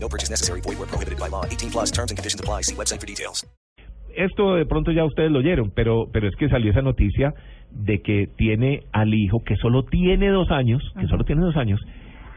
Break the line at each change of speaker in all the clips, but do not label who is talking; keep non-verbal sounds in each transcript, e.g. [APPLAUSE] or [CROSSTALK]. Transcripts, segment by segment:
No purchase necessary. Void where prohibited by law. 18 plus terms and conditions apply. See website for details.
Esto de pronto ya ustedes lo oyeron, pero, pero es que salió esa noticia de que tiene al hijo que solo tiene dos años, que solo tiene dos años,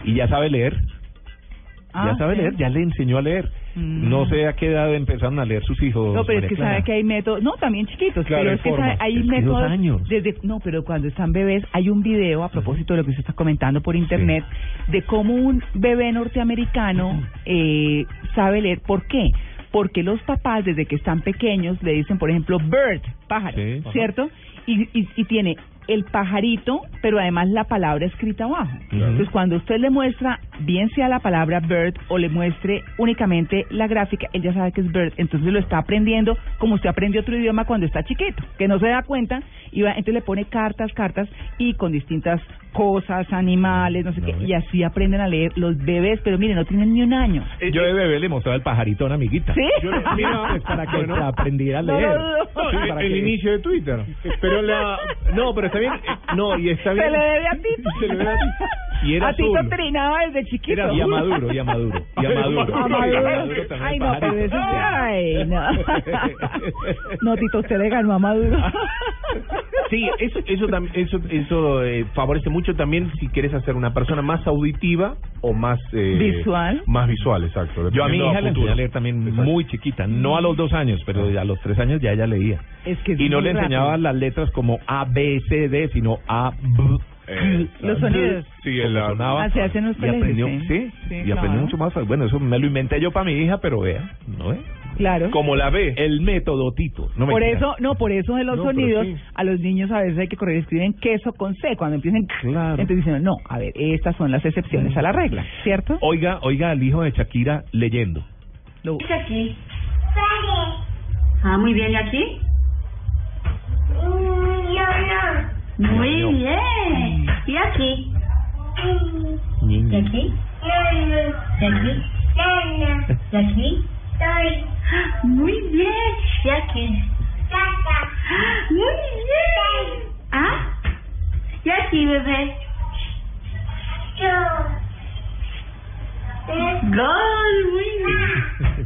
y ya sabe leer. ya
Ah,
sabe
sí.
leer, ya le enseñó a leer. No sé a qué edad empezaron a leer sus hijos.
No, pero es
María
que
Clara.
sabe que hay métodos, no, también chiquitos,
Claro,
pero
hay
es que
formas.
sabe- hay
Es que dos
métodos
años.
desde no, pero cuando están bebés hay un video a propósito de lo que usted está comentando por internet de cómo un bebé norteamericano eh, sabe leer. ¿Por qué? Porque los papás desde que están pequeños le dicen, por ejemplo, bird, pájaro,
Sí.
¿cierto? Y, y, y tiene el pajarito, pero además la palabra escrita abajo.
Claro.
Entonces, cuando usted le muestra, bien sea la palabra bird o le muestre únicamente la gráfica, él ya sabe que es bird, entonces lo está aprendiendo como usted aprende otro idioma cuando está chiquito, que no se da cuenta, y va- entonces le pone cartas, cartas, y con distintas cosas, animales, no sé qué, y así aprenden a leer los bebés, pero mire, no tienen ni un año.
Yo de bebé le mostraba el pajarito a una amiguita.
¿Sí?
Yo le- mira,
[LAUGHS]
pues, para que
Bueno.
se aprendiera a
No,
leer.
no, no.
Sí,
No, el,
para
el
que-
inicio de Twitter. Pero la. No, pero está bien. eh, No, y está
Se
bien.
le debe a Tito.
[LAUGHS] Se le debe a Tito. Y era
a Tito
azul.
trinaba desde chiquito.
Era- y a Maduro, y a Maduro, y a Maduro.
A Maduro.
Y a Maduro también,
Ay, no, pero
pajarito.
eso sí. Ay, no.
[LAUGHS]
No, Tito, usted le ganó a Maduro.
Sí, eso, eso, tam- eso, eso eh, favorece mucho también si quieres hacer una persona más auditiva o más. eh,
Visual.
Más visual, exacto.
Yo a mi
dependiendo
hija le
futuro.
enseñé a leer también
Exacto.
muy chiquita, no a los dos años, pero a los tres años ya ella leía.
Es que es
y no
muy
le enseñaba
rápido.
las letras como A, B, C, D, sino A, B,
Eh,
Los sonidos.
Sí,
como
el- la-
sonaba.
Ah, se hace en los
y aprendió,
colegios, sí.
sí,
Sí,
y
claro.
aprendió mucho más. Bueno, eso me lo inventé yo para mi hija, pero vea, no ve.
Claro.
Como la B. El método Tito. No me
Por
creas.
eso, no, por eso de los
No, pero
sonidos,
sí.
a los niños a veces hay que correr, escriben queso con C, cuando empiecen,
Claro.
entonces dicen, no, a ver, estas son las excepciones a la regla, ¿cierto?
Oiga, oiga al hijo de Shakira leyendo.
Lo-
¿Qué es aquí? Ah, muy bien, ¿y aquí? Muy
Ño, ño.
bien. ¿Y aquí? ¿Y aquí? ¿Y aquí? ¿Y aquí? Ah, Muy bien. ¿Y aquí? Ah, Muy bien. ¿Ah? ¿Y aquí, bebé? Gol, muy bien.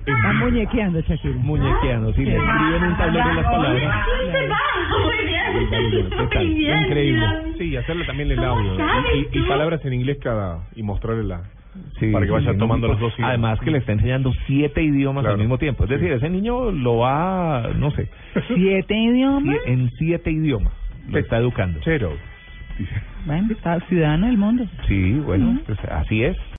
Están muñequeando, Shakira.
Muñequeando, sí, le escriben en un tablero las palabras.
Sí, se va. Muy bien.
¿Qué tal?
Muy bien.
Increíble.
Sí, y hacerle también el
¿Cómo
audio.
sabes
Y, y- y
tú?
palabras en inglés cada. Y mostrarle la.
Sí,
para que
sí,
vaya
sí,
tomando
no,
los dos idiomas.
Además que le está enseñando siete idiomas
Claro.
al mismo tiempo. Es decir,
Sí.
ese niño lo va, no sé,
Siete idiomas.
si- en siete idiomas. Lo
Sí.
está educando.
Chero.
Bueno, está ciudadano del mundo.
Sí, bueno, pues así es.